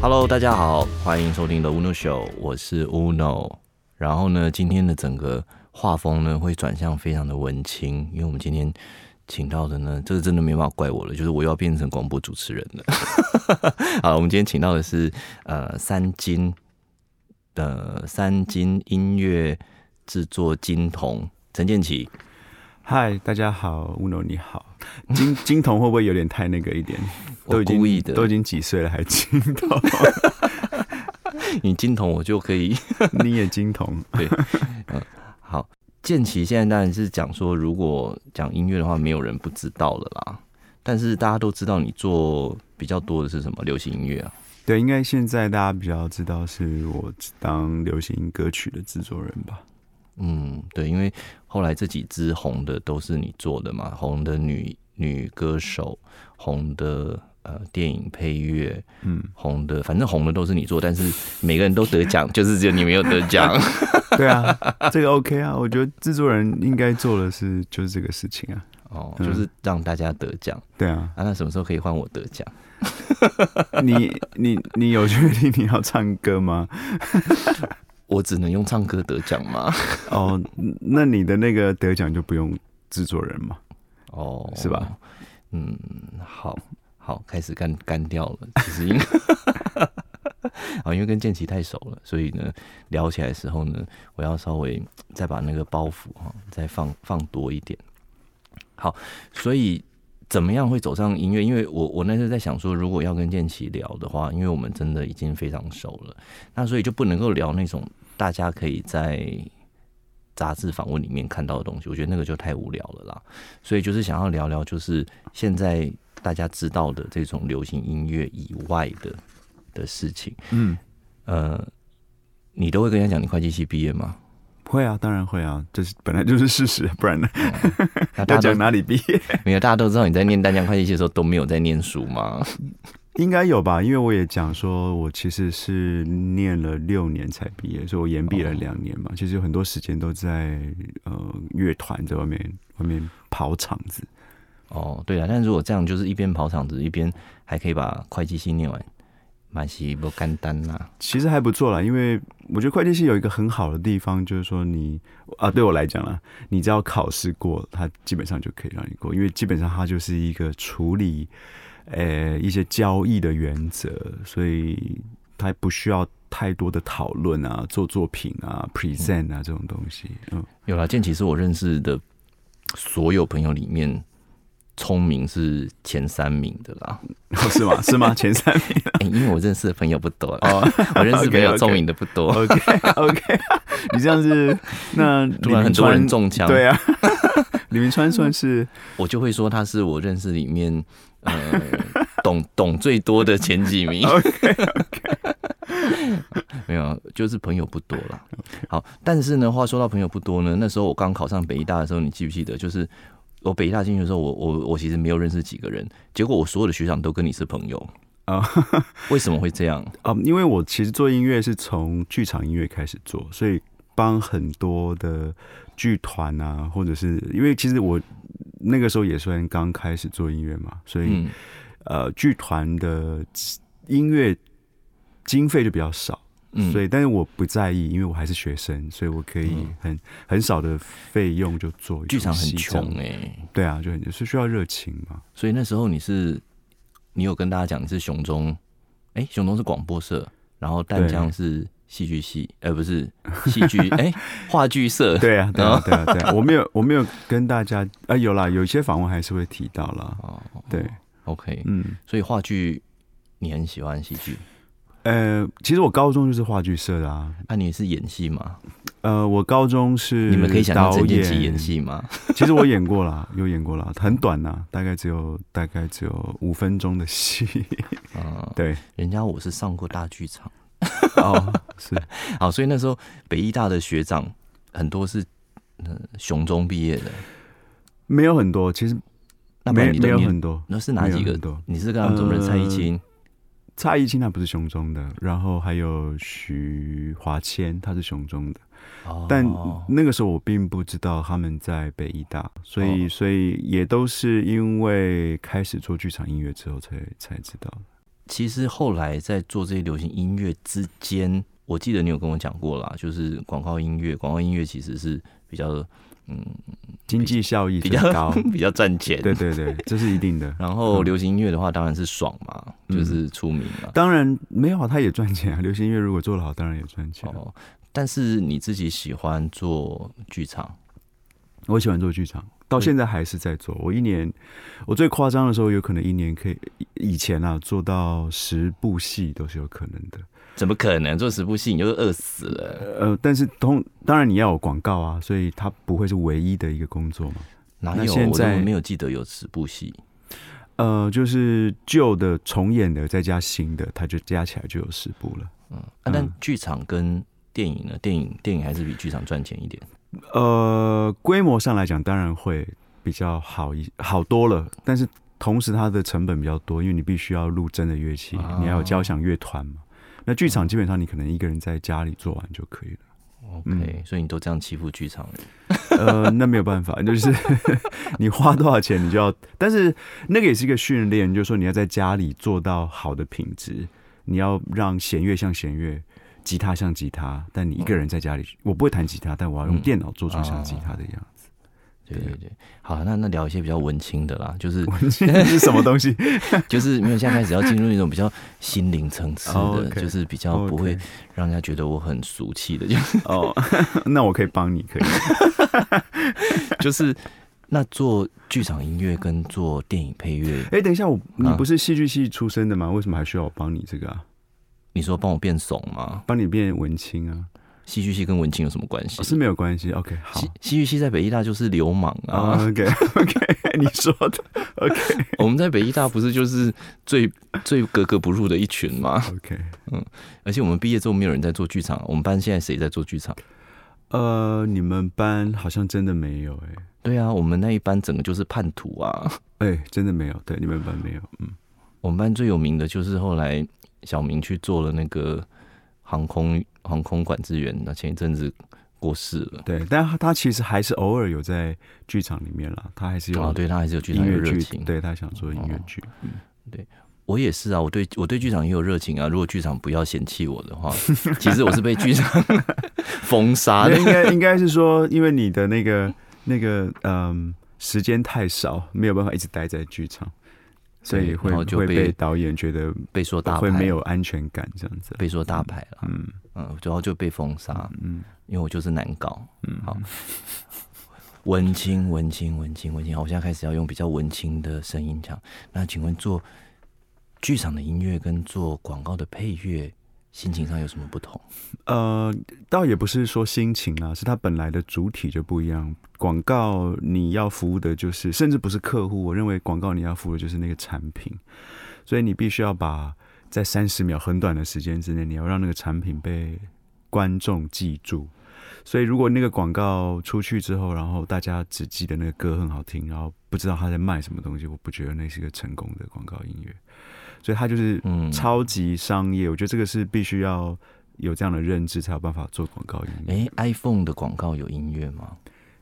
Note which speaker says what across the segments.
Speaker 1: Hello，大家好，欢迎收听的 Uno Show，我是 Uno。然后呢，今天的整个画风呢会转向非常的文青，因为我们今天请到的呢，这个真的没办法怪我了，就是我又要变成广播主持人了。 好，我们今天请到的是呃三金的、三金音乐制作金童陈建奇。
Speaker 2: 嗨，大家好，Uno 你好。金金童会不会有点太那个一点？
Speaker 1: 我
Speaker 2: 都已经
Speaker 1: 故意的
Speaker 2: 都已经几岁了还金童，
Speaker 1: 你金童我就可以
Speaker 2: 你也金童。
Speaker 1: 好，建奇现在当然是讲说，如果讲音乐的话，没有人不知道了啦。但是大家都知道你做比较多的是什么流行音乐啊？
Speaker 2: 对，应该现在大家比较知道是我当流行歌曲的制作人吧。
Speaker 1: 嗯，对，因为后来这几支红的都是你做的嘛，红的女女歌手，红的呃电影配乐，
Speaker 2: 嗯，
Speaker 1: 红的反正红的都是你做，但是每个人都得奖，就是只有你没有得奖。
Speaker 2: 对啊， 这个 OK 啊，我觉得制作人应该做的是就是这个事情啊。
Speaker 1: 哦，就是让大家得奖
Speaker 2: 对啊，
Speaker 1: 啊。那什么时候可以换我得奖？
Speaker 2: 你你你有确定你要唱歌吗？
Speaker 1: 我只能用唱歌得奖吗？
Speaker 2: 哦，那你的那个得奖就不用制作人嘛。
Speaker 1: 哦，
Speaker 2: 是吧？
Speaker 1: 嗯，好好，开始干干掉了。其实因为 啊，因为跟建奇太熟了，所以呢，聊起来的时候呢，我要稍微再把那个包袱哈、再放放多一点。好，所以怎么样会走上音乐？因为我我那时候在想说，如果要跟建奇聊的话，因为我们真的已经非常熟了，那所以就不能够聊那种大家可以在杂志访问里面看到的东西，我觉得那个就太无聊了啦。所以就是想要聊聊，就是现在大家知道的这种流行音乐以外的的事情。
Speaker 2: 嗯，
Speaker 1: 呃，你都会跟人家讲你会计系毕业 吗？
Speaker 2: 会啊，当然会啊，这是本来就是事实，不然呢？
Speaker 1: 那
Speaker 2: 要
Speaker 1: 大家
Speaker 2: 讲
Speaker 1: 都
Speaker 2: 哪里毕业？
Speaker 1: 没有，大家都知道你在念淡江会计系的时候都没有在念书吗？
Speaker 2: 应该有吧，因为我也讲说，我其实是念了六年才毕业，所以我延毕了两年嘛。其实有很多时间都在呃乐团在外面外面跑场子。
Speaker 1: 哦，对了，但如果这样，就是一边跑场子，一边还可以把会计系念完，蛮是不简单啊啦、
Speaker 2: 其实还不错啦，因为我觉得会计系有一个很好的地方，就是说你啊，对我来讲啦，你只要考试过，它基本上就可以让你过，因为基本上它就是一个处理呃一些交易的原则，所以它不需要太多的讨论啊、做作品啊、present 啊这种东西。 嗯，
Speaker 1: 有啦，建奇是我认识的所有朋友里面聪明是前三名的啦。
Speaker 2: 哦是吗？是吗？前三 名
Speaker 1: 欸因为我认识的朋友不多啦，
Speaker 2: 哦
Speaker 1: 我认识朋友
Speaker 2: OK，OK 哦
Speaker 1: 聪明的不多，
Speaker 2: ，OK OK，你 这样子，那
Speaker 1: 突然
Speaker 2: 李
Speaker 1: 很
Speaker 2: 明
Speaker 1: 多人
Speaker 2: 川
Speaker 1: 中枪，
Speaker 2: 对啊， 李明川算是
Speaker 1: 我就会说他是我认识里面呃懂懂最多的前几名。 没有啊，就是朋友不多啦。好，但是呢，话说到朋友不多呢，那时候我刚考上北医大的时候，你记不记得？就是我北医大进去的时候，我我我其实没有认识几个人，结果我所有的学长都跟你是朋友
Speaker 2: 哦
Speaker 1: 啊。为什么会这 样？
Speaker 2: 啊、因为我其实做音乐是从剧场音乐开始做，所以帮很多的剧团啊，或者是因为其实我那个时候也算刚开始做音乐嘛，所以、
Speaker 1: 嗯，
Speaker 2: 呃，剧团的音乐经费就比较少，
Speaker 1: 嗯
Speaker 2: 所以但是我不在意，因为我还是学生，所以我可以
Speaker 1: 嗯
Speaker 2: 很很少的费用就做一
Speaker 1: 剧场
Speaker 2: 种
Speaker 1: 很
Speaker 2: 戏这样
Speaker 1: 穷哎、
Speaker 2: 对啊，就很是需要热情嘛。
Speaker 1: 所以那时候你是，你有跟大家讲你是熊中，哎、熊中是广播社，然后淡江是戏剧系，呃，不是戏剧， 哎、话剧社。
Speaker 2: 对啊，对
Speaker 1: 哦
Speaker 2: 啊，对啊，对啊，我没有，我没有跟大家啊、有啦，有一些访问还是会提到啦。
Speaker 1: 哦
Speaker 2: 对，
Speaker 1: ，OK，
Speaker 2: 嗯。
Speaker 1: 所以话剧你很喜欢戏剧，
Speaker 2: 呃，其实我高中就是话剧社的啊。
Speaker 1: 那、你也是演戏吗？
Speaker 2: 呃，我高中是
Speaker 1: 你们可以想象
Speaker 2: 导
Speaker 1: 陈建奇
Speaker 2: 演
Speaker 1: 演，戏吗？
Speaker 2: 其实我演过啦，有演过啦，很短呐、大概只有大概只有五分钟的戏。
Speaker 1: 啊、
Speaker 2: 对，
Speaker 1: 人家我是上过大剧场，
Speaker 2: 哦，是
Speaker 1: 好，所以那时候北医大的学长很多是。呃熊中毕业的，
Speaker 2: 没有很多，其实
Speaker 1: 那不然
Speaker 2: 没
Speaker 1: 你
Speaker 2: 没
Speaker 1: 都
Speaker 2: 有
Speaker 1: 你
Speaker 2: 很多。
Speaker 1: 那是哪几
Speaker 2: 没有
Speaker 1: 个
Speaker 2: 很？多？
Speaker 1: 你是跟他们怎么认识？蔡依
Speaker 2: 呃
Speaker 1: 清、
Speaker 2: 蔡依清她不是熊中的，然后还有徐华谦，她是熊中的。
Speaker 1: 哦
Speaker 2: 但那个时候我并不知道他们在北医大，所以、
Speaker 1: 哦
Speaker 2: 所以也都是因为开始做剧场音乐之后才才知道。
Speaker 1: 其实后来在做这些流行音乐之间，我记得你有跟我讲过啦，就是广告音乐，广告音乐其实是比较嗯
Speaker 2: 经济效益
Speaker 1: 比
Speaker 2: 比
Speaker 1: 较
Speaker 2: 较高，
Speaker 1: 比较赚钱，
Speaker 2: 对对对，这是一定的。
Speaker 1: 然后流行音乐的话，当然是爽嘛，
Speaker 2: 嗯
Speaker 1: 就是出名嘛。
Speaker 2: 当然没有啊，他也赚钱啊。流行音乐如果做得好，当然也赚钱啊、
Speaker 1: 哦，但是你自己喜欢做剧场，
Speaker 2: 我喜欢做剧场，到现在还是在做。我一年，我最夸张的时候，有可能一年可以以前啊做到十部戏都是有可能的。
Speaker 1: 怎么可能做十部戏你就饿死了？
Speaker 2: 呃，但是通当然你要有广告啊，所以它不会是唯一的一个工作嘛。
Speaker 1: 哪
Speaker 2: 那
Speaker 1: 有？
Speaker 2: 现
Speaker 1: 我怎么
Speaker 2: 在
Speaker 1: 没有记得有十部戏？
Speaker 2: 呃，就是旧的重演的再加新的，它就加起来就有十部了。
Speaker 1: 啊，但
Speaker 2: 嗯
Speaker 1: 剧场跟电影呢？电影电影还是比剧场赚钱一点。
Speaker 2: 呃，规模上来讲，当然会比较好一好多了，但是同时它的成本比较多，因为你必须要录真的乐器，
Speaker 1: 哦
Speaker 2: 你要有交响乐团嘛。那剧场基本上你可能一个人在家里做完就可以了。
Speaker 1: OK，、所以你都这样欺负剧场人，
Speaker 2: 呃，那没有办法，就是 你花多少钱，你就要。但是那个也是一个训练，就是说你要在家里做到好的品质，你要让弦乐像弦乐，吉他像吉他。但你一个人在家里，我不会弹吉他，但我要用
Speaker 1: 嗯
Speaker 2: 电脑做出像吉他的样 子。
Speaker 1: 对
Speaker 2: 啊
Speaker 1: 对对。好，那那聊一些比较文青的啦，就是
Speaker 2: 是什么东 西？
Speaker 1: 就是没有现在开始要进入一种比较心灵层次
Speaker 2: 哦
Speaker 1: 的，
Speaker 2: ，OK
Speaker 1: 就是比较不会让人家觉得我很俗气的，就
Speaker 2: 哦， 那我可以帮你，可以。
Speaker 1: 就是那做剧场音乐跟做电影配乐，
Speaker 2: 哎、等一下，我你
Speaker 1: 啊
Speaker 2: 不是戏剧系出身的吗？为什么还需要我帮你这个啊？
Speaker 1: 你说帮我变怂吗？
Speaker 2: 帮你变文青啊？
Speaker 1: 戏剧系跟文青有什么关系
Speaker 2: 哦、？是没有关系。OK，好
Speaker 1: 戏。戏剧系在北医大就是流氓
Speaker 2: 啊
Speaker 1: 啊！
Speaker 2: ，OK OK，你 说的
Speaker 1: 我们在北医大不是就是最最格格不入的一群吗？
Speaker 2: OK。
Speaker 1: 而且我们毕业之后没有人在做剧场，我们班现在谁在做剧场？
Speaker 2: 呃，你们班好像真的没有哎、
Speaker 1: 对啊，我们那一班整个就是叛徒啊！
Speaker 2: 哎、真的没有，对，你们班没有，嗯，
Speaker 1: 我们班最有名的就是后来小明去做了那个航空航空管制员，那前一阵子过世了。
Speaker 2: 对，但他他其实还是偶尔有在剧场里面啦，他还是有
Speaker 1: 啊，对他还是有剧
Speaker 2: 音
Speaker 1: 场有
Speaker 2: 乐
Speaker 1: 热
Speaker 2: 剧，
Speaker 1: 情。
Speaker 2: 对他想做音乐
Speaker 1: 哦
Speaker 2: 剧，
Speaker 1: 我也是啊，我对我对剧场也有热情啊。如果剧场不要嫌弃我的话，其实我是被剧场 封杀
Speaker 2: 那
Speaker 1: 的。
Speaker 2: 应 该应该是说，因为你的那个那个嗯时间太少，没有办法一直待在剧场，所以
Speaker 1: 对
Speaker 2: 会
Speaker 1: 然后就
Speaker 2: 会
Speaker 1: 被
Speaker 2: 被导演觉得
Speaker 1: 被说大
Speaker 2: 会
Speaker 1: 牌，
Speaker 2: 没有安全感这样子，
Speaker 1: 被说大牌了，
Speaker 2: 嗯
Speaker 1: 嗯，主要就被封杀，
Speaker 2: 嗯
Speaker 1: 因为我就是难搞。
Speaker 2: 嗯，
Speaker 1: 好文青，文青，文青，文青。好，我现在开始要用比较文青的声音讲。那请问做剧场的音乐跟做广告的配乐，心情上有什么不同？
Speaker 2: 呃，倒也不是说心情啦，是它本来的主体就不一样。广告你要服务的就是，甚至不是客户，我认为广告你要服务的就是那个产品，所以你必须要把在三十秒很短的时间之内，你要让那个产品被观众记住。所以如果那个广告出去之后，然后大家只记得那个歌很好听，然后不知道他在卖什么东西，我不觉得那是一个成功的广告音乐。所以它就是
Speaker 1: 嗯，
Speaker 2: 超级商业，我觉得这个是必须要有这样的认知才有办法做广告音乐。
Speaker 1: 哎、i p h o n e 的广告有音乐吗？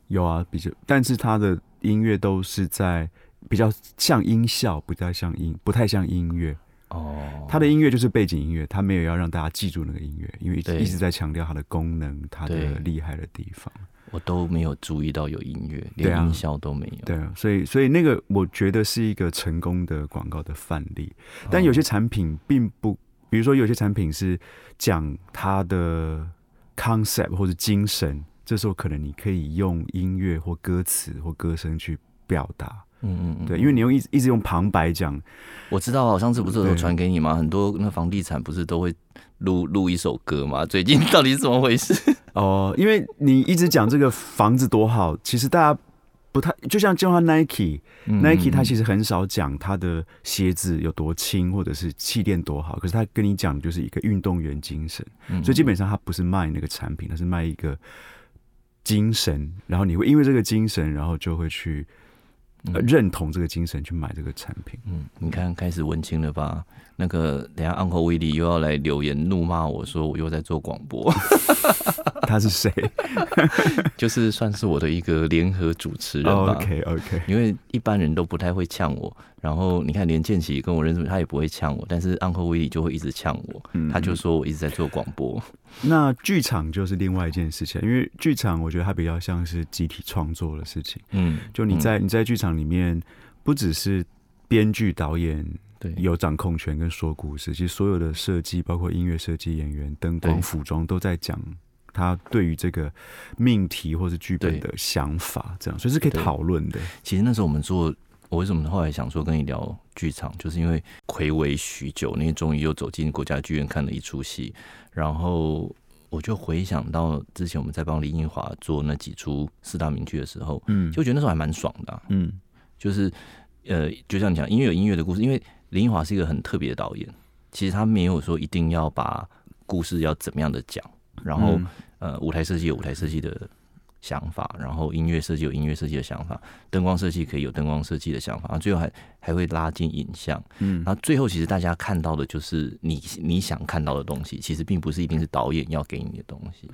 Speaker 2: 有啊，比较，但是它的音乐都是在比较像音效，不太像音，不太像音乐。
Speaker 1: 哦，
Speaker 2: 它的音乐就是背景音乐，它没有要让大家记住那个音乐，因为一直
Speaker 1: 对
Speaker 2: 一直在强调它的功能，它
Speaker 1: 对
Speaker 2: 的厉害的地方。
Speaker 1: 我都没有注意到有音乐，
Speaker 2: 对啊
Speaker 1: 连音效都没有。
Speaker 2: 对啊，所以所以那个我觉得是一个成功的广告的范例。但有些产品并不，比如说有些产品是讲它的 concept 或者精神，这时候可能你可以用音乐或歌词或歌声去表达。
Speaker 1: 嗯嗯嗯，
Speaker 2: 对，因为你用一直一直用旁白讲，
Speaker 1: 我知道啊，我上次不是有
Speaker 2: 对
Speaker 1: 传给你吗？很多那房地产不是都会录录一首歌吗？最近到底是怎么回事？
Speaker 2: 哦、因为你一直讲这个房子多好，其实大家。不太就像就像 Nike，Nike、
Speaker 1: 嗯
Speaker 2: Nike 它其
Speaker 1: 实
Speaker 2: 实很少讲它的鞋子有多轻，或者是气垫多好，可是它跟你讲就是一个运动员精神。所以基本上它不是卖那个产品，它是卖一个精神，然后你会因为这个精神，然后就会去、呃、认同这个精神去买这个产品。
Speaker 1: 嗯，你看开始文青了吧？那 个等一下 Uncle Willie 又要来留言怒骂我说我又在做广播，
Speaker 2: 他是谁
Speaker 1: 就是算是我的一个联合主持 人吧。
Speaker 2: 哦？OK OK，
Speaker 1: 因为一般人都不太会呛我，然后你看连建奇跟我认识，他也不会呛我，但是暗后威利就会一直呛我，嗯他就说我一直在做广播，
Speaker 2: 嗯那剧场就是另外一件事情，因为剧场我觉得它比较像是集体创作的事情，
Speaker 1: 嗯，
Speaker 2: 就你在、你在剧场里面，不只是编剧、导演
Speaker 1: 对
Speaker 2: 有掌控权跟说故事，其实所有的设计，包括音乐设计、演员、灯光、
Speaker 1: 对
Speaker 2: 服装，都在讲他对于这个命题或是剧本
Speaker 1: 对
Speaker 2: 的想法，这样，所以是可以
Speaker 1: 对
Speaker 2: 讨论的。
Speaker 1: 其实那时候我们做，我为什么后来想说跟你聊剧场，就是因为暌违许久，那终于又走进国家剧院看了一出戏，然后我就回想到之前我们在帮林奕华做那几出四大名剧的时候，
Speaker 2: 嗯
Speaker 1: 就觉得那时候还蛮爽的啊、
Speaker 2: 嗯
Speaker 1: 就是呃，就像你讲，音乐有音乐的故事，因为林奕华是一个很特别的导演，其实他没有说一定要把故事要怎么样的讲，然后、
Speaker 2: 嗯
Speaker 1: 呃，舞台设计有舞台设计的想法，然后音乐设计有音乐设计的想法，灯光设计可以有灯光设计的想法，然后最后还还会拉进影像，
Speaker 2: 嗯
Speaker 1: 然后最后其实大家看到的就是你你想看到的东西，其实并不是一定是导演要给你的东西，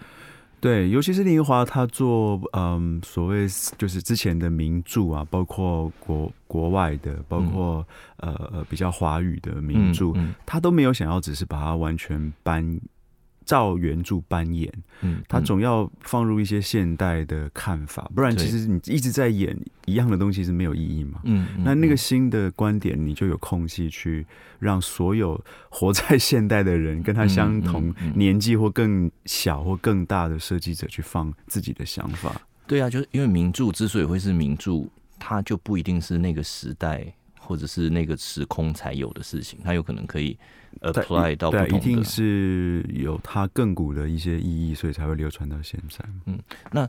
Speaker 2: 对，尤其是林奕华，他做嗯所谓就是之前的名著啊，包括国国外的，包括、呃呃比较华语的名著，
Speaker 1: 嗯
Speaker 2: 他都没有想要只是把它完全搬照原著搬演，
Speaker 1: 嗯，
Speaker 2: 他总要放入一些现代的看法，不然
Speaker 1: 对
Speaker 2: 其实你一直在演一样的东西是没有意义嘛。
Speaker 1: 嗯，嗯
Speaker 2: 那那个
Speaker 1: 嗯
Speaker 2: 新的观点，你就有空隙去让所有活在现代的人，跟他相同
Speaker 1: 嗯嗯嗯
Speaker 2: 年纪或更小或更大的设计者去放自己的想法。
Speaker 1: 对啊，就是因为名著之所以会是名著，它就不一定是那个时代或者是那个时空才有的事情，它有可能可以 apply 到不
Speaker 2: 对，啊
Speaker 1: 同
Speaker 2: 一定
Speaker 1: 的。
Speaker 2: 是有它亘古的一些意义，所以才会流传到现在。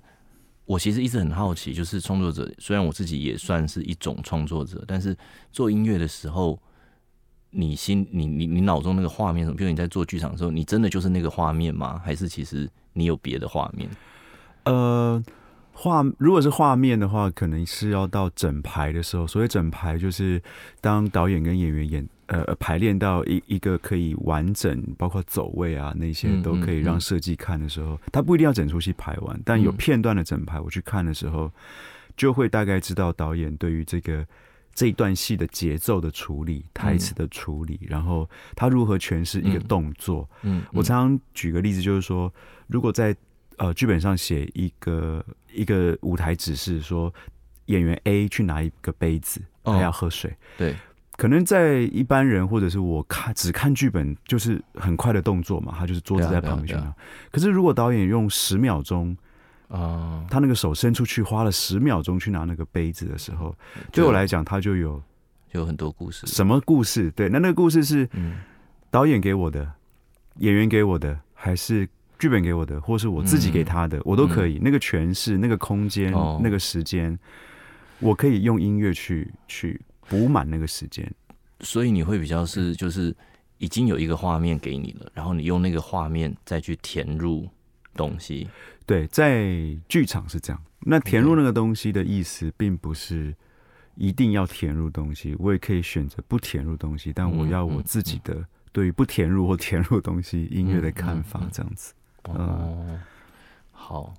Speaker 1: 我其实一直很好奇，就是创作者，虽然我自己也算是一种创作者，但是做音乐的时候，你心你你你脑中那个画面，比如你在做剧场的时候，你真的就是那个画面吗？还是其实你有别的画面？
Speaker 2: 呃，画如果是画面的话，可能是要到整排的时候。所谓整排，就是当导演跟演员演呃呃排练到一一个可以完整，包括走位啊那些
Speaker 1: 嗯
Speaker 2: 都可以
Speaker 1: 嗯
Speaker 2: 让
Speaker 1: 嗯
Speaker 2: 设计看的时候，他不一定要整出戏排完，但有
Speaker 1: 嗯
Speaker 2: 片段的整排，我去看的时候，就会大概知道导演对于这个。这一段戏的节奏的处理、台词的处理，然后他如何诠释一个
Speaker 1: 嗯
Speaker 2: 动作，
Speaker 1: 嗯，
Speaker 2: 我
Speaker 1: 猜，
Speaker 2: 常常举个例子，就是说，如果在呃剧本上写一个一个舞台指示，说演员 A 去拿一个杯子，
Speaker 1: 哦
Speaker 2: 他要喝水，
Speaker 1: 对，
Speaker 2: 可能在一般人或者是我看只看剧本，就是很快的动作嘛，他就是桌子
Speaker 1: 对
Speaker 2: 在
Speaker 1: 啊对啊
Speaker 2: 旁边去
Speaker 1: 对啊
Speaker 2: 拿。可是如果导演用十秒钟，
Speaker 1: 啊、
Speaker 2: 他那个手伸出去花了十秒钟去拿那个杯子的时候，
Speaker 1: 就
Speaker 2: 对我来讲，他就有
Speaker 1: 就有很多故事。
Speaker 2: 什么故事？对，那那个故事是
Speaker 1: 嗯，
Speaker 2: 导演给我的，演员给我的，还是剧本给我的，或是我自己给他的，我都可以。那个诠释、那个空间、
Speaker 1: 嗯哦
Speaker 2: 那个时间，我可以用音乐去去补满那个时间。
Speaker 1: 所以你会比较是就是已经有一个画面给你了，然后你用那个画面再去填入东西。
Speaker 2: 对，在剧场是这样。那填入那个东西的意思，并不是一定要填入东西，我也可以选择不填入东西，但我
Speaker 1: 嗯
Speaker 2: 要
Speaker 1: 嗯
Speaker 2: 我自己的对于不填入或填入东西音乐的
Speaker 1: 嗯
Speaker 2: 看
Speaker 1: 嗯
Speaker 2: 法
Speaker 1: 嗯，
Speaker 2: 这样子。
Speaker 1: 哦，好，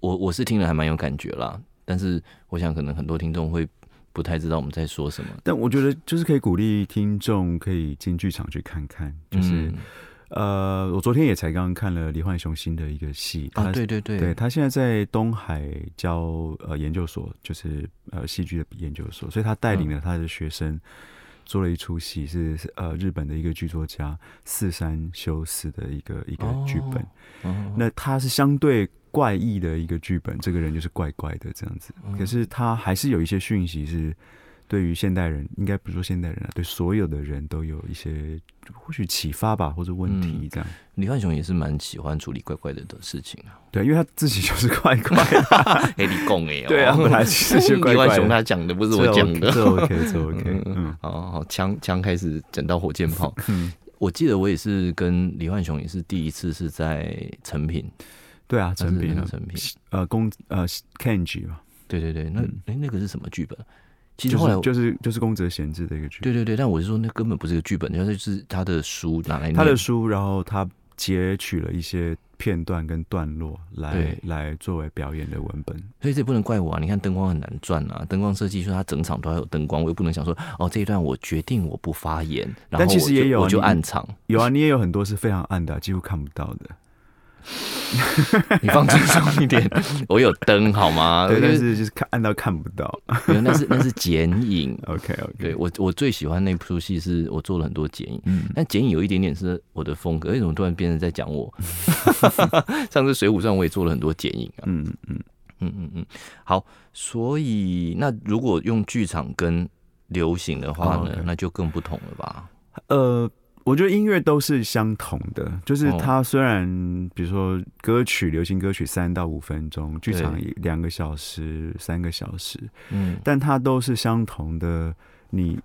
Speaker 1: 我我是听了还蛮有感觉啦，但是我想可能很多听众会不太知道我们在说什么，
Speaker 2: 但我觉得就是可以鼓励听众可以进剧场去看看，就是、
Speaker 1: 嗯
Speaker 2: 呃，我昨天也才刚刚看了李焕雄新的一个戏，他、
Speaker 1: 啊，对对对，
Speaker 2: 对他现在在东海教呃研究所，就是呃戏剧的研究所，所以他带领了他的学生做了一出戏，是呃日本的一个剧作家四山修司的一个一个剧本。
Speaker 1: 哦
Speaker 2: 那他是相对怪异的一个剧本，这个人就是怪怪的这样子。
Speaker 1: 嗯
Speaker 2: 可是他还是有一些讯息是对于现代人，应该不是说现代人啊，对所有的人都有一些或许启发吧，或者问题这样。
Speaker 1: 李焕雄也是蛮喜欢处理怪怪的的事情 啊，
Speaker 2: 对，因为他自己就是怪怪的，
Speaker 1: 哎，你共哎，
Speaker 2: 对啊，本来其实就怪
Speaker 1: 李
Speaker 2: 怪
Speaker 1: 焕
Speaker 2: 的。
Speaker 1: 雄他讲的不是我讲的，
Speaker 2: 这 OK，这 OK，嗯
Speaker 1: 哦，好，枪枪开始整到火箭炮。
Speaker 2: 嗯，
Speaker 1: 我记得我也是跟李焕雄也是第一次是在成品，
Speaker 2: 对啊，成品
Speaker 1: 那
Speaker 2: 啊
Speaker 1: 是成品，
Speaker 2: 呃，宫呃 Kenji 嘛，
Speaker 1: 对对对，那哎
Speaker 2: 嗯、
Speaker 1: 诶那个是什么剧本？其实
Speaker 2: 就
Speaker 1: 后来
Speaker 2: 是
Speaker 1: 我、
Speaker 2: 就是就是宫泽贤治的一个剧，
Speaker 1: 对对对，但我是说那根本不是个剧本，就是就是他的书拿来念
Speaker 2: 他的书，然后他截取了一些片段跟段落来
Speaker 1: 对
Speaker 2: 来作为表演的文本。
Speaker 1: 所以这也不能怪我啊！你看灯光很难赚啊，灯光设计说它整场都要有灯光，我也不能想说哦这一段我决定我不发言，然后
Speaker 2: 但其实
Speaker 1: 我就
Speaker 2: 也有啊
Speaker 1: 我就
Speaker 2: 你
Speaker 1: 暗场，
Speaker 2: 有啊，你也有很多是非常暗的啊、几乎看不到的。
Speaker 1: 你放轻松一点， 我有灯好吗？
Speaker 2: 对，
Speaker 1: 因为
Speaker 2: 但是就是看暗到看不到。
Speaker 1: 没有那是那是剪 影。
Speaker 2: OK OK，
Speaker 1: 对我我最喜欢那出戏是我做了很多剪影，
Speaker 2: 嗯，
Speaker 1: 但剪影有一点点是我的风格。为什么突然变成在讲 我？ 上次《水浒传》我也做了很多剪影啊。
Speaker 2: 嗯嗯，
Speaker 1: 嗯嗯嗯，好，所以那如果用剧场跟流行的话呢
Speaker 2: 哦，OK
Speaker 1: 那就更不同了吧？
Speaker 2: 呃，我觉得音乐都是相同的，就是
Speaker 1: 哦
Speaker 2: 它虽然比如说歌曲、流行歌曲三到五分钟，剧场
Speaker 1: 对
Speaker 2: 也两个小时、三个小时，
Speaker 1: 嗯，
Speaker 2: 但它都是相同的。你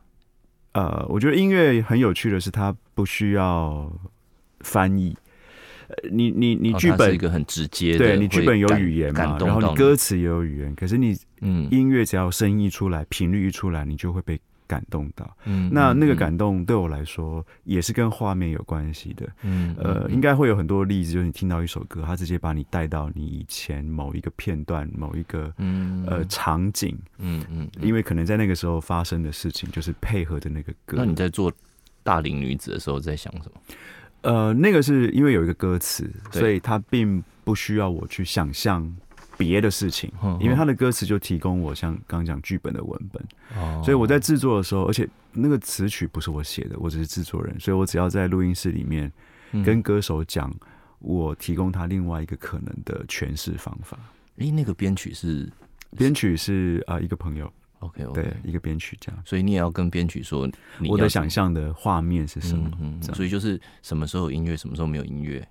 Speaker 2: 呃，我觉得音乐很有趣的是，它不需要翻译。呃你你你
Speaker 1: 哦
Speaker 2: 剧
Speaker 1: 它是
Speaker 2: 本
Speaker 1: 一个很直接的，
Speaker 2: 对你
Speaker 1: 会
Speaker 2: 剧本有
Speaker 1: 感
Speaker 2: 语言嘛
Speaker 1: 感，动
Speaker 2: 然后
Speaker 1: 到
Speaker 2: 你歌词也有语言，可是你
Speaker 1: 嗯
Speaker 2: 音乐只要声音一出来，频率一出来，你就会被感动到。
Speaker 1: 嗯
Speaker 2: 那那个
Speaker 1: 嗯
Speaker 2: 感动对我来说也是跟画面有关系的。
Speaker 1: 嗯
Speaker 2: 呃，应该会有很多例子，就是你听到一首歌，它直接把你带到你以前某一个片段、某一个
Speaker 1: 嗯
Speaker 2: 呃场景，
Speaker 1: 嗯嗯嗯，
Speaker 2: 因为可能在那个时候发生的事情，就是配合的那个歌。
Speaker 1: 那你在做大龄女子的时候在想什么？
Speaker 2: 呃，那个是因为有一个歌词，
Speaker 1: 对
Speaker 2: 所以它并不需要我去想象别的事情
Speaker 1: 嗯，
Speaker 2: 因为
Speaker 1: 嗯
Speaker 2: 它的歌词就提供我像刚刚讲剧本的文本，
Speaker 1: 哦
Speaker 2: 所以我在制作的时候，而且那个词曲不是我写的，我只是制作人，所以我只要在录音室里面
Speaker 1: 嗯
Speaker 2: 跟歌手讲，我提供他另外一个可能的诠释方法。
Speaker 1: 诶、那个编曲是
Speaker 2: 编曲是啊、呃一个朋友，
Speaker 1: OK OK，
Speaker 2: 对，一个编曲家，
Speaker 1: 所以你也要跟编曲说你
Speaker 2: 我的
Speaker 1: 要
Speaker 2: 想象的画面是什么？
Speaker 1: 嗯嗯嗯，
Speaker 2: 这样
Speaker 1: 所以就是什么时候有音乐，什么时候没有音乐，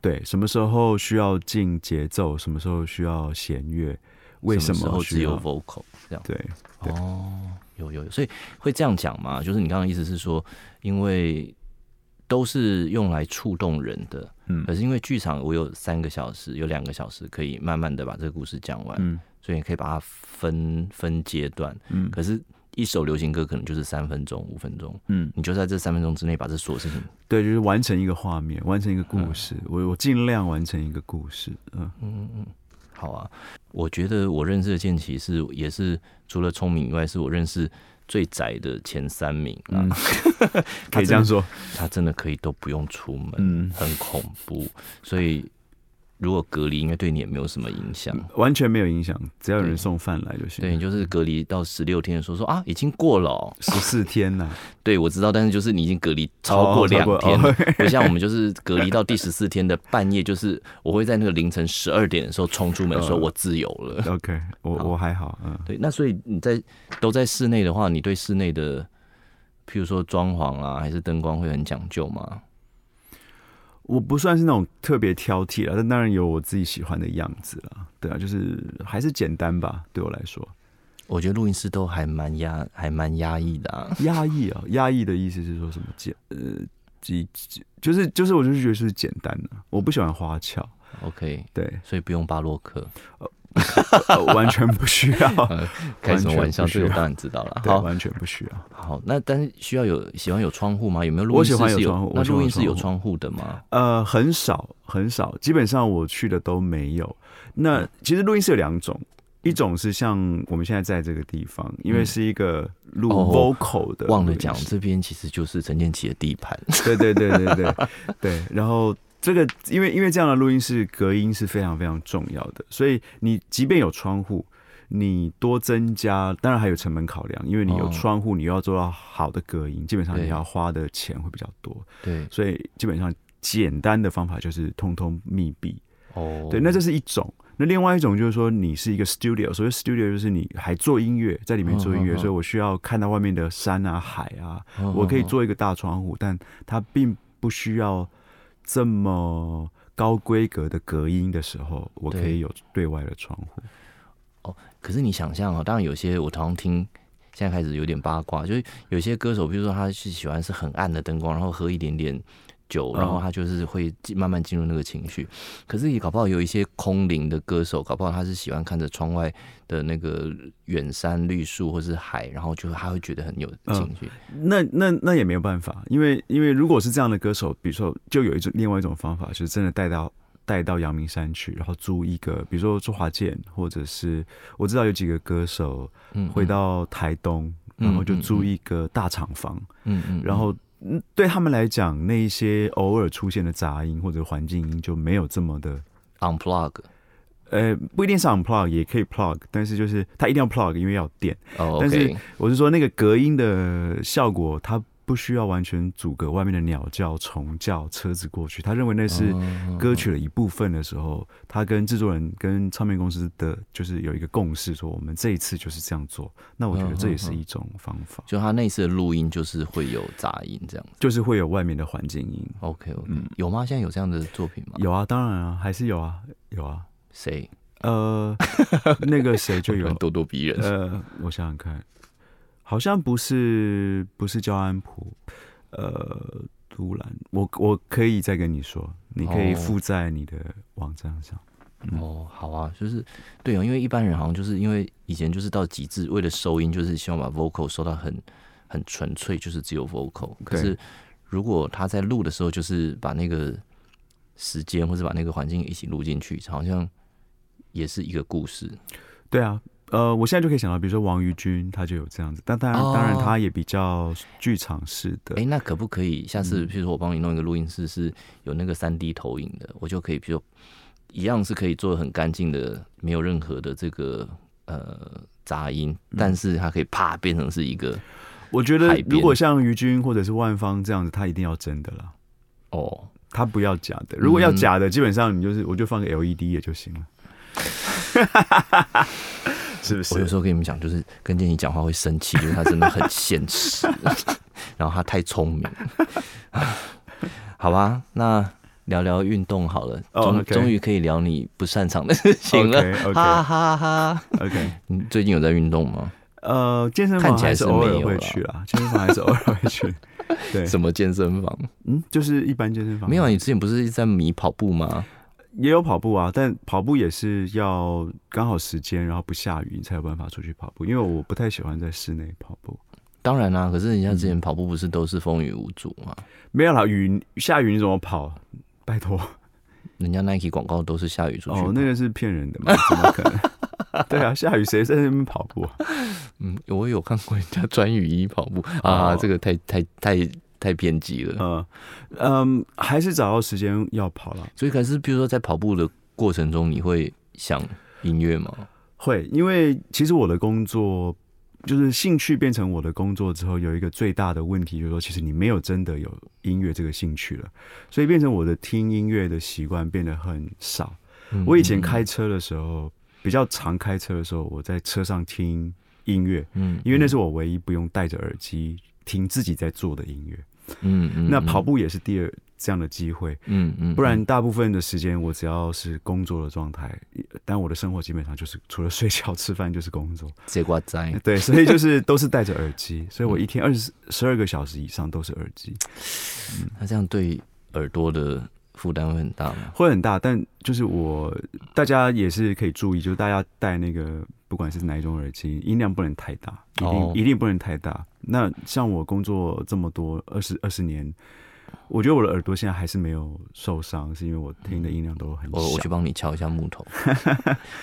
Speaker 2: 对，什么时候需要进节奏，什么时候需要弦乐，为
Speaker 1: 什时候
Speaker 2: 么
Speaker 1: 只
Speaker 2: 需
Speaker 1: 有
Speaker 2: 要？
Speaker 1: vocal 这样。
Speaker 2: 对，对
Speaker 1: 哦，有有，有所以会这样讲嘛？就是你刚刚意思是说，因为都是用来触动人的，
Speaker 2: 嗯
Speaker 1: 可是因为剧场我有三个小时，有两个小时可以慢慢的把这个故事讲完，
Speaker 2: 嗯
Speaker 1: 所以你可以把它分分阶段。
Speaker 2: 嗯
Speaker 1: 可是，一首流行歌可能就是三分钟、五分钟，
Speaker 2: 嗯，
Speaker 1: 你就在这三分钟之内把这所有事情，
Speaker 2: 对，就是完成一个画面，完成一个故事。我我尽量完成一个故事，嗯
Speaker 1: 嗯嗯嗯，好啊。我觉得我认识的剑奇是也是除了聪明以外，是我认识最宅的前三名啊。
Speaker 2: 嗯，可以这样说，
Speaker 1: 他真的可以都不用出门，
Speaker 2: 嗯，
Speaker 1: 很恐怖。所以如果隔离，应该对你也没有什么影响。
Speaker 2: 完全没有影响，只要有人
Speaker 1: 对
Speaker 2: 送饭来就行。
Speaker 1: 对，你嗯就是隔离到十六天的时候说啊，已经过了哦、
Speaker 2: 十四天 呐、
Speaker 1: 对，我知道，但是就是你已经隔离超过两天了，
Speaker 2: 哦 超过哦
Speaker 1: 不像我们就是隔离到第十四天的半夜，就是我会在那个凌晨十二点的时候冲出门，说我自由了。
Speaker 2: OK，我
Speaker 1: 好
Speaker 2: 我还好，嗯，
Speaker 1: 对，那所以你在都在室内的话，你对室内的，譬如说装潢啊，还是灯光会很讲究吗？
Speaker 2: 我不算是那种特别挑剔了，但当然有我自己喜欢的样子啦。对啊，就是还是简单吧，对我来说。
Speaker 1: 我觉得录音室都还蛮压，还蛮压抑的、啊。
Speaker 2: 压抑啊， 压抑的意思是说什么简呃几几就是就是我就是觉得是简单的、我不喜欢花俏，
Speaker 1: OK，
Speaker 2: 对，
Speaker 1: 所以不用巴洛克，
Speaker 2: 呃完全不需 要，
Speaker 1: 开什么玩笑？
Speaker 2: 完全不需
Speaker 1: 这
Speaker 2: 要
Speaker 1: 个当然知道了。
Speaker 2: 对，
Speaker 1: 好，
Speaker 2: 完全不需要。
Speaker 1: 好，那但是需要有喜欢有窗户吗？有没有录
Speaker 2: 我
Speaker 1: 音室
Speaker 2: 喜欢有
Speaker 1: 是
Speaker 2: 窗户
Speaker 1: 那
Speaker 2: 我喜欢
Speaker 1: 录音
Speaker 2: 有
Speaker 1: 室有
Speaker 2: 窗
Speaker 1: 窗户的吗？
Speaker 2: 呃，很少很少，基本上我去的都没有。
Speaker 1: 嗯
Speaker 2: 那其实录音室有两种。一种是像我们现在在这个地方，因为是一个录
Speaker 1: 嗯哦
Speaker 2: vocal 的、
Speaker 1: 忘了讲，这边其实就是陈建奇的地盘。
Speaker 2: 对对对对对对。然后这个，因为因为这样的录音室隔音是非常非常重要的，所以你即便有窗户，你多增加，当然还有成本考量，因为你有
Speaker 1: 哦
Speaker 2: 窗户，你又要做到好的隔音，基本上
Speaker 1: 对
Speaker 2: 你要花的钱会比较多，
Speaker 1: 对，
Speaker 2: 所以基本上简单的方法就是通通密闭。
Speaker 1: 哦，
Speaker 2: 对，那这是一种。那另外一种就是说，你是一个 studio，所谓 studio 就是你还做音乐，在里面做音
Speaker 1: 嗯
Speaker 2: 乐，
Speaker 1: 嗯嗯
Speaker 2: 所以我需要看到外面的山啊、海啊，
Speaker 1: 哦
Speaker 2: 我可以。做一个大窗户，但它并不需要这么高规格的隔音的时候，我可
Speaker 1: 对
Speaker 2: 以有对外的窗户。
Speaker 1: 可是你想象哦，当然有些我常常听。现在开始有点八卦，就是有些歌手，比如说他是喜欢是很暗的灯光，然后喝一点点酒，
Speaker 2: 嗯
Speaker 1: 然后他就是会进慢慢进入那个情绪。可是也搞不好有一些空灵的歌手，搞不好他是喜欢看着窗外的那个远山绿树或是海，然后就他会觉得很有情绪。
Speaker 2: 那那那也没有办法，因为因为如果是这样的歌手，比如说就有一种另外一种方法，就是真的带到带到阳明山去，然后租一个，比如说周华健，或者是我知道有几个歌手
Speaker 1: 嗯，
Speaker 2: 回到台东，
Speaker 1: 嗯
Speaker 2: 然后就租一个大厂房，
Speaker 1: 嗯嗯，
Speaker 2: 然后嗯对他们来讲，那一些偶尔出现的杂音或者环境音就没有这么的。
Speaker 1: unplug
Speaker 2: 呃，不一定是 unplug，也可以 plug，但是就是它一定要 plug，因为要有电。
Speaker 1: 哦，
Speaker 2: 但是
Speaker 1: OK，
Speaker 2: 我是说那个隔音的效果，它不需要完全阻隔外面的鸟叫、虫叫、车子过去。他认为那
Speaker 1: 哦
Speaker 2: 是歌曲的一部分的时候，他跟制作人、跟唱片公司的就是有一个共识，说我们这一次就是这样做。那我觉得这也
Speaker 1: 嗯
Speaker 2: 是一种方法，
Speaker 1: 就他那次的录音就是会有杂音这样子。
Speaker 2: 就是会有外面的环境音。
Speaker 1: OK OK，、有吗？现在有这样的作品吗？
Speaker 2: 嗯有啊，当然啊，还是有啊，有啊。
Speaker 1: 谁？
Speaker 2: 呃， 那个谁 就
Speaker 1: 有
Speaker 2: 有
Speaker 1: 人，咄咄逼人。
Speaker 2: 呃，我想想看，好像不是不是焦安普，呃，杜兰，我我可以再跟你说，你可以
Speaker 1: 哦
Speaker 2: 附在你的网站上。
Speaker 1: 哦，好啊，就是对哦，因为一般人好像就是因为以前就是到极致，为了收音，就是希望把 vocal 收到很很纯粹，就是只有 vocal。可
Speaker 2: 对
Speaker 1: 是如果他在录的时候，就是把那个时间或者把那个环境一起录进去，好像也是一个故事。
Speaker 2: 对啊，呃，我现在就可以想到，比如说王于君，他就有这样子，但当然、当然
Speaker 1: 哦
Speaker 2: 他也比较剧场式的。
Speaker 1: 哎、那可不可以下次，譬如说我帮你弄一个录音室，是有那个三 D 投影的，我就可以，譬如一样是可以做得很干净的，没有任何的这个呃杂音，但是它可以啪变成是一个
Speaker 2: 我觉得
Speaker 1: 海边
Speaker 2: 如果像于君或者是万芳这样子，他一定要真的啦，
Speaker 1: 哦。
Speaker 2: 他不要假的。如果要
Speaker 1: 嗯
Speaker 2: 假的，基本上你就是我就放个 LED 也就 行了。是不是？
Speaker 1: 我有时候跟你们讲，就是跟建议讲话会生气，因为他真的很现 实，然后他太聪明。好吧，那聊聊运动好了，
Speaker 2: 哦
Speaker 1: 终
Speaker 2: OK
Speaker 1: 终于可以聊你不擅长的事情了，
Speaker 2: OK，OK
Speaker 1: 哈哈哈！
Speaker 2: OK，
Speaker 1: 你最近有在运动吗？
Speaker 2: 呃，健身
Speaker 1: 看
Speaker 2: 房
Speaker 1: 起来
Speaker 2: 还
Speaker 1: 是
Speaker 2: 偶尔
Speaker 1: 没有
Speaker 2: 会
Speaker 1: 啦
Speaker 2: 去啦，健身房还是 偶尔会去。对，
Speaker 1: 什么健身房？
Speaker 2: 嗯，就是一般健身房
Speaker 1: 没有啊，你之前不是一直在迷跑步吗？
Speaker 2: 也有跑步啊，但跑步也是要刚好时间，然后不下雨，你才有办法出去跑步。因为我不太喜欢在室内跑步，
Speaker 1: 当然啦、可是人家之前
Speaker 2: 嗯
Speaker 1: 跑步不是都是风雨无阻吗？
Speaker 2: 没有啦，雨下雨你怎么跑？拜托，
Speaker 1: 人家 Nike 广告都是下雨出去跑。
Speaker 2: 哦，那个是骗人的嘛，怎么可能？ 对啊，下雨谁在那边跑步啊？
Speaker 1: 嗯，我有看过人家穿雨衣跑步啊，
Speaker 2: 哦
Speaker 1: 这个太太太太偏激了。
Speaker 2: 呃，嗯，还是找到时间要跑啦。
Speaker 1: 所以可是，比如说在跑步的过程中，你会想音乐吗？
Speaker 2: 会，因为其实我的工作就是兴趣变成我的工作之后，有一个最大的问题就是说，其实你没有真的有音乐这个兴趣了，所以变成我的听音乐的习惯变得很少。
Speaker 1: 嗯
Speaker 2: 我以前开车的时候，比较常开车的时候，我在车上听音乐，
Speaker 1: 嗯，嗯，
Speaker 2: 因为那是我唯一不用戴着耳机听自己在做的音乐。
Speaker 1: 嗯嗯，
Speaker 2: 那
Speaker 1: 嗯
Speaker 2: 跑，步也是第二这样的机会，
Speaker 1: 嗯嗯，
Speaker 2: 不然大部分的时间我只要是工作的状态，但我的生活基本上就是除了睡觉、吃饭就是 工作。
Speaker 1: 结瓜灾。
Speaker 2: 对，所以就是 都是戴着耳机，所以
Speaker 1: 嗯
Speaker 2: 我一天二十十二个小时以上都是耳机，
Speaker 1: 那这样对耳朵的负担会很大吗？
Speaker 2: 会很大。但就是我大家也是可以注意，就是大家戴那个不管是哪一种耳机，音量不能太大，一定、
Speaker 1: 哦
Speaker 2: 一定不能太大。那像我工作这么多二十二十年，我觉得我的耳朵现在还是没有受伤，是因为我听的音量都很
Speaker 1: 嗯我我
Speaker 2: 小
Speaker 1: 去，帮你敲一下木头。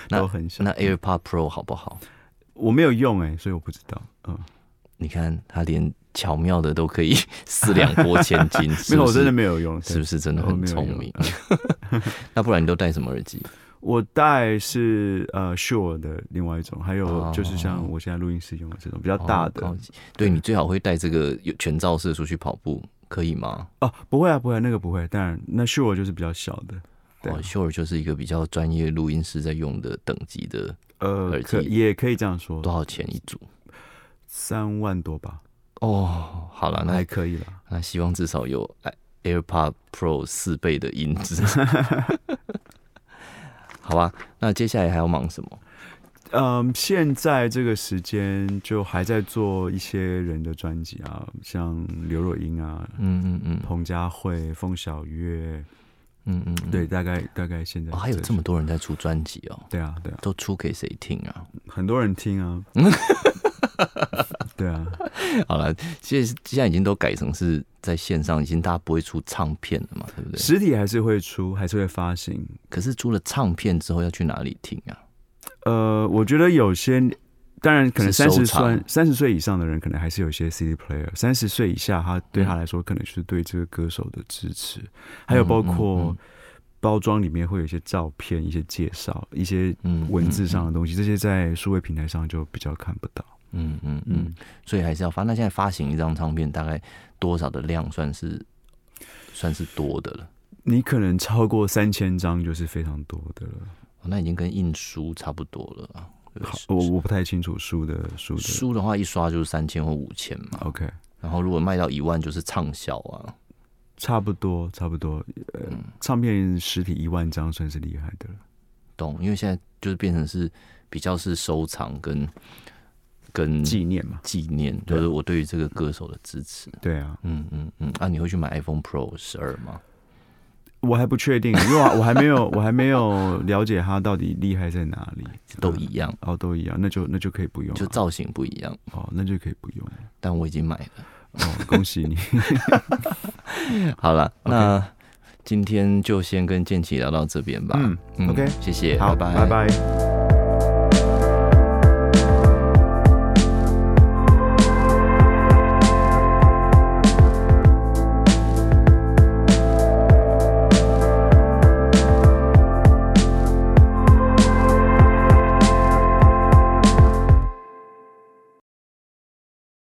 Speaker 1: 那
Speaker 2: 都很小。
Speaker 1: 那 AirPod Pro 好不好？
Speaker 2: 我没有用哎、所以我不知道。嗯，
Speaker 1: 你看他连巧妙的都可以四两拨千斤，是
Speaker 2: 没有，
Speaker 1: 不
Speaker 2: 我真的
Speaker 1: 是？
Speaker 2: 没有用，
Speaker 1: 是不
Speaker 2: 是？
Speaker 1: 是真的
Speaker 2: 我
Speaker 1: 很
Speaker 2: 没有
Speaker 1: 聪
Speaker 2: 用
Speaker 1: 明？ 那不然你都戴什么耳机？
Speaker 2: 我戴是呃 Sure 的另外一种，还
Speaker 1: 哦
Speaker 2: 有就是像我现在录音室用的这种比较大的
Speaker 1: 哦高级对你最好会带这个有全罩式出去跑步，可以吗？
Speaker 2: 哦，不会啊，不会啊、那个不会。当然，那 Sure 就是比较小的，对啊
Speaker 1: 哦，Sure 就是一个比较专业录音师在用的等级的，
Speaker 2: 呃
Speaker 1: 耳，机
Speaker 2: 可也可以这样说
Speaker 1: 多，少钱一组？
Speaker 2: 三万多吧，
Speaker 1: 哦，好了，
Speaker 2: 还
Speaker 1: 那
Speaker 2: 可以啦。
Speaker 1: 那希望至少有哎 AirPod Pro 四倍的音 质。好吧，那接下来还要忙什么？
Speaker 2: 嗯，现在这个时间就还在做一些人的专辑啊，像刘若英啊、
Speaker 1: 嗯嗯嗯
Speaker 2: 彭佳慧、凤小岳，
Speaker 1: 嗯嗯嗯，
Speaker 2: 对，大概大概现在
Speaker 1: 哦，还有这么多人在出专辑哦，
Speaker 2: 对啊对啊，
Speaker 1: 都出给谁听啊？
Speaker 2: 很多人听啊，对啊，
Speaker 1: 好了，其实现在已经都改成是在线上，已经大家不会出唱片了嘛，对不对？
Speaker 2: 实体还是会出，还是会发行。
Speaker 1: 可是出了唱片之后要去哪里听啊？
Speaker 2: 呃，我觉得有些，当然可能
Speaker 1: 是
Speaker 2: 三
Speaker 1: 收
Speaker 2: 十
Speaker 1: 藏
Speaker 2: 岁三十岁以上的人，可能还是有些 CD player。三十岁以下，他对他来说，可能就是对这个歌手的支持，还有包
Speaker 1: 嗯嗯
Speaker 2: 括
Speaker 1: 嗯
Speaker 2: 包装里面会有一些照片、一些介绍、一些
Speaker 1: 嗯
Speaker 2: 文字上的东西，这些在数位平台上就比较看不到。
Speaker 1: 嗯嗯嗯
Speaker 2: 嗯，
Speaker 1: 所以还是要发。那现在发行一张唱片大概多少的量算是算是多的了？
Speaker 2: 你可能超过三千张就是非常多的了。
Speaker 1: 哦那已经跟印书差不多了啊。对
Speaker 2: 好，我我不太清楚书的书的。
Speaker 1: 书的话一刷就是三千或五千嘛，
Speaker 2: OK，
Speaker 1: 然后如果卖到一万就是畅销啊。
Speaker 2: 差不多，差不多。呃，
Speaker 1: 嗯
Speaker 2: 唱片实体一万张算是厉害的了。
Speaker 1: 懂，因为现在就是变成是比较是收藏跟跟
Speaker 2: 纪念嘛。
Speaker 1: 纪念，
Speaker 2: 对
Speaker 1: 就是我对于这个歌手的支持。
Speaker 2: 对啊，
Speaker 1: 嗯嗯嗯，啊，你会去买 iPhone Pro 十二吗？
Speaker 2: 我还不确定，因为我我还没有我还没有了解他到底厉害在哪里。
Speaker 1: 都一样，
Speaker 2: 哦，都一样，那就那就可以不用
Speaker 1: 就
Speaker 2: 了。
Speaker 1: 造型不一样，
Speaker 2: 哦，那就可以不用了。
Speaker 1: 但我已经买了。
Speaker 2: 哦，恭喜你。嗯
Speaker 1: 好了，那今天就先跟建奇聊到这边吧。
Speaker 2: 嗯，OK
Speaker 1: 谢谢，
Speaker 2: 好，
Speaker 1: 拜
Speaker 2: 拜拜。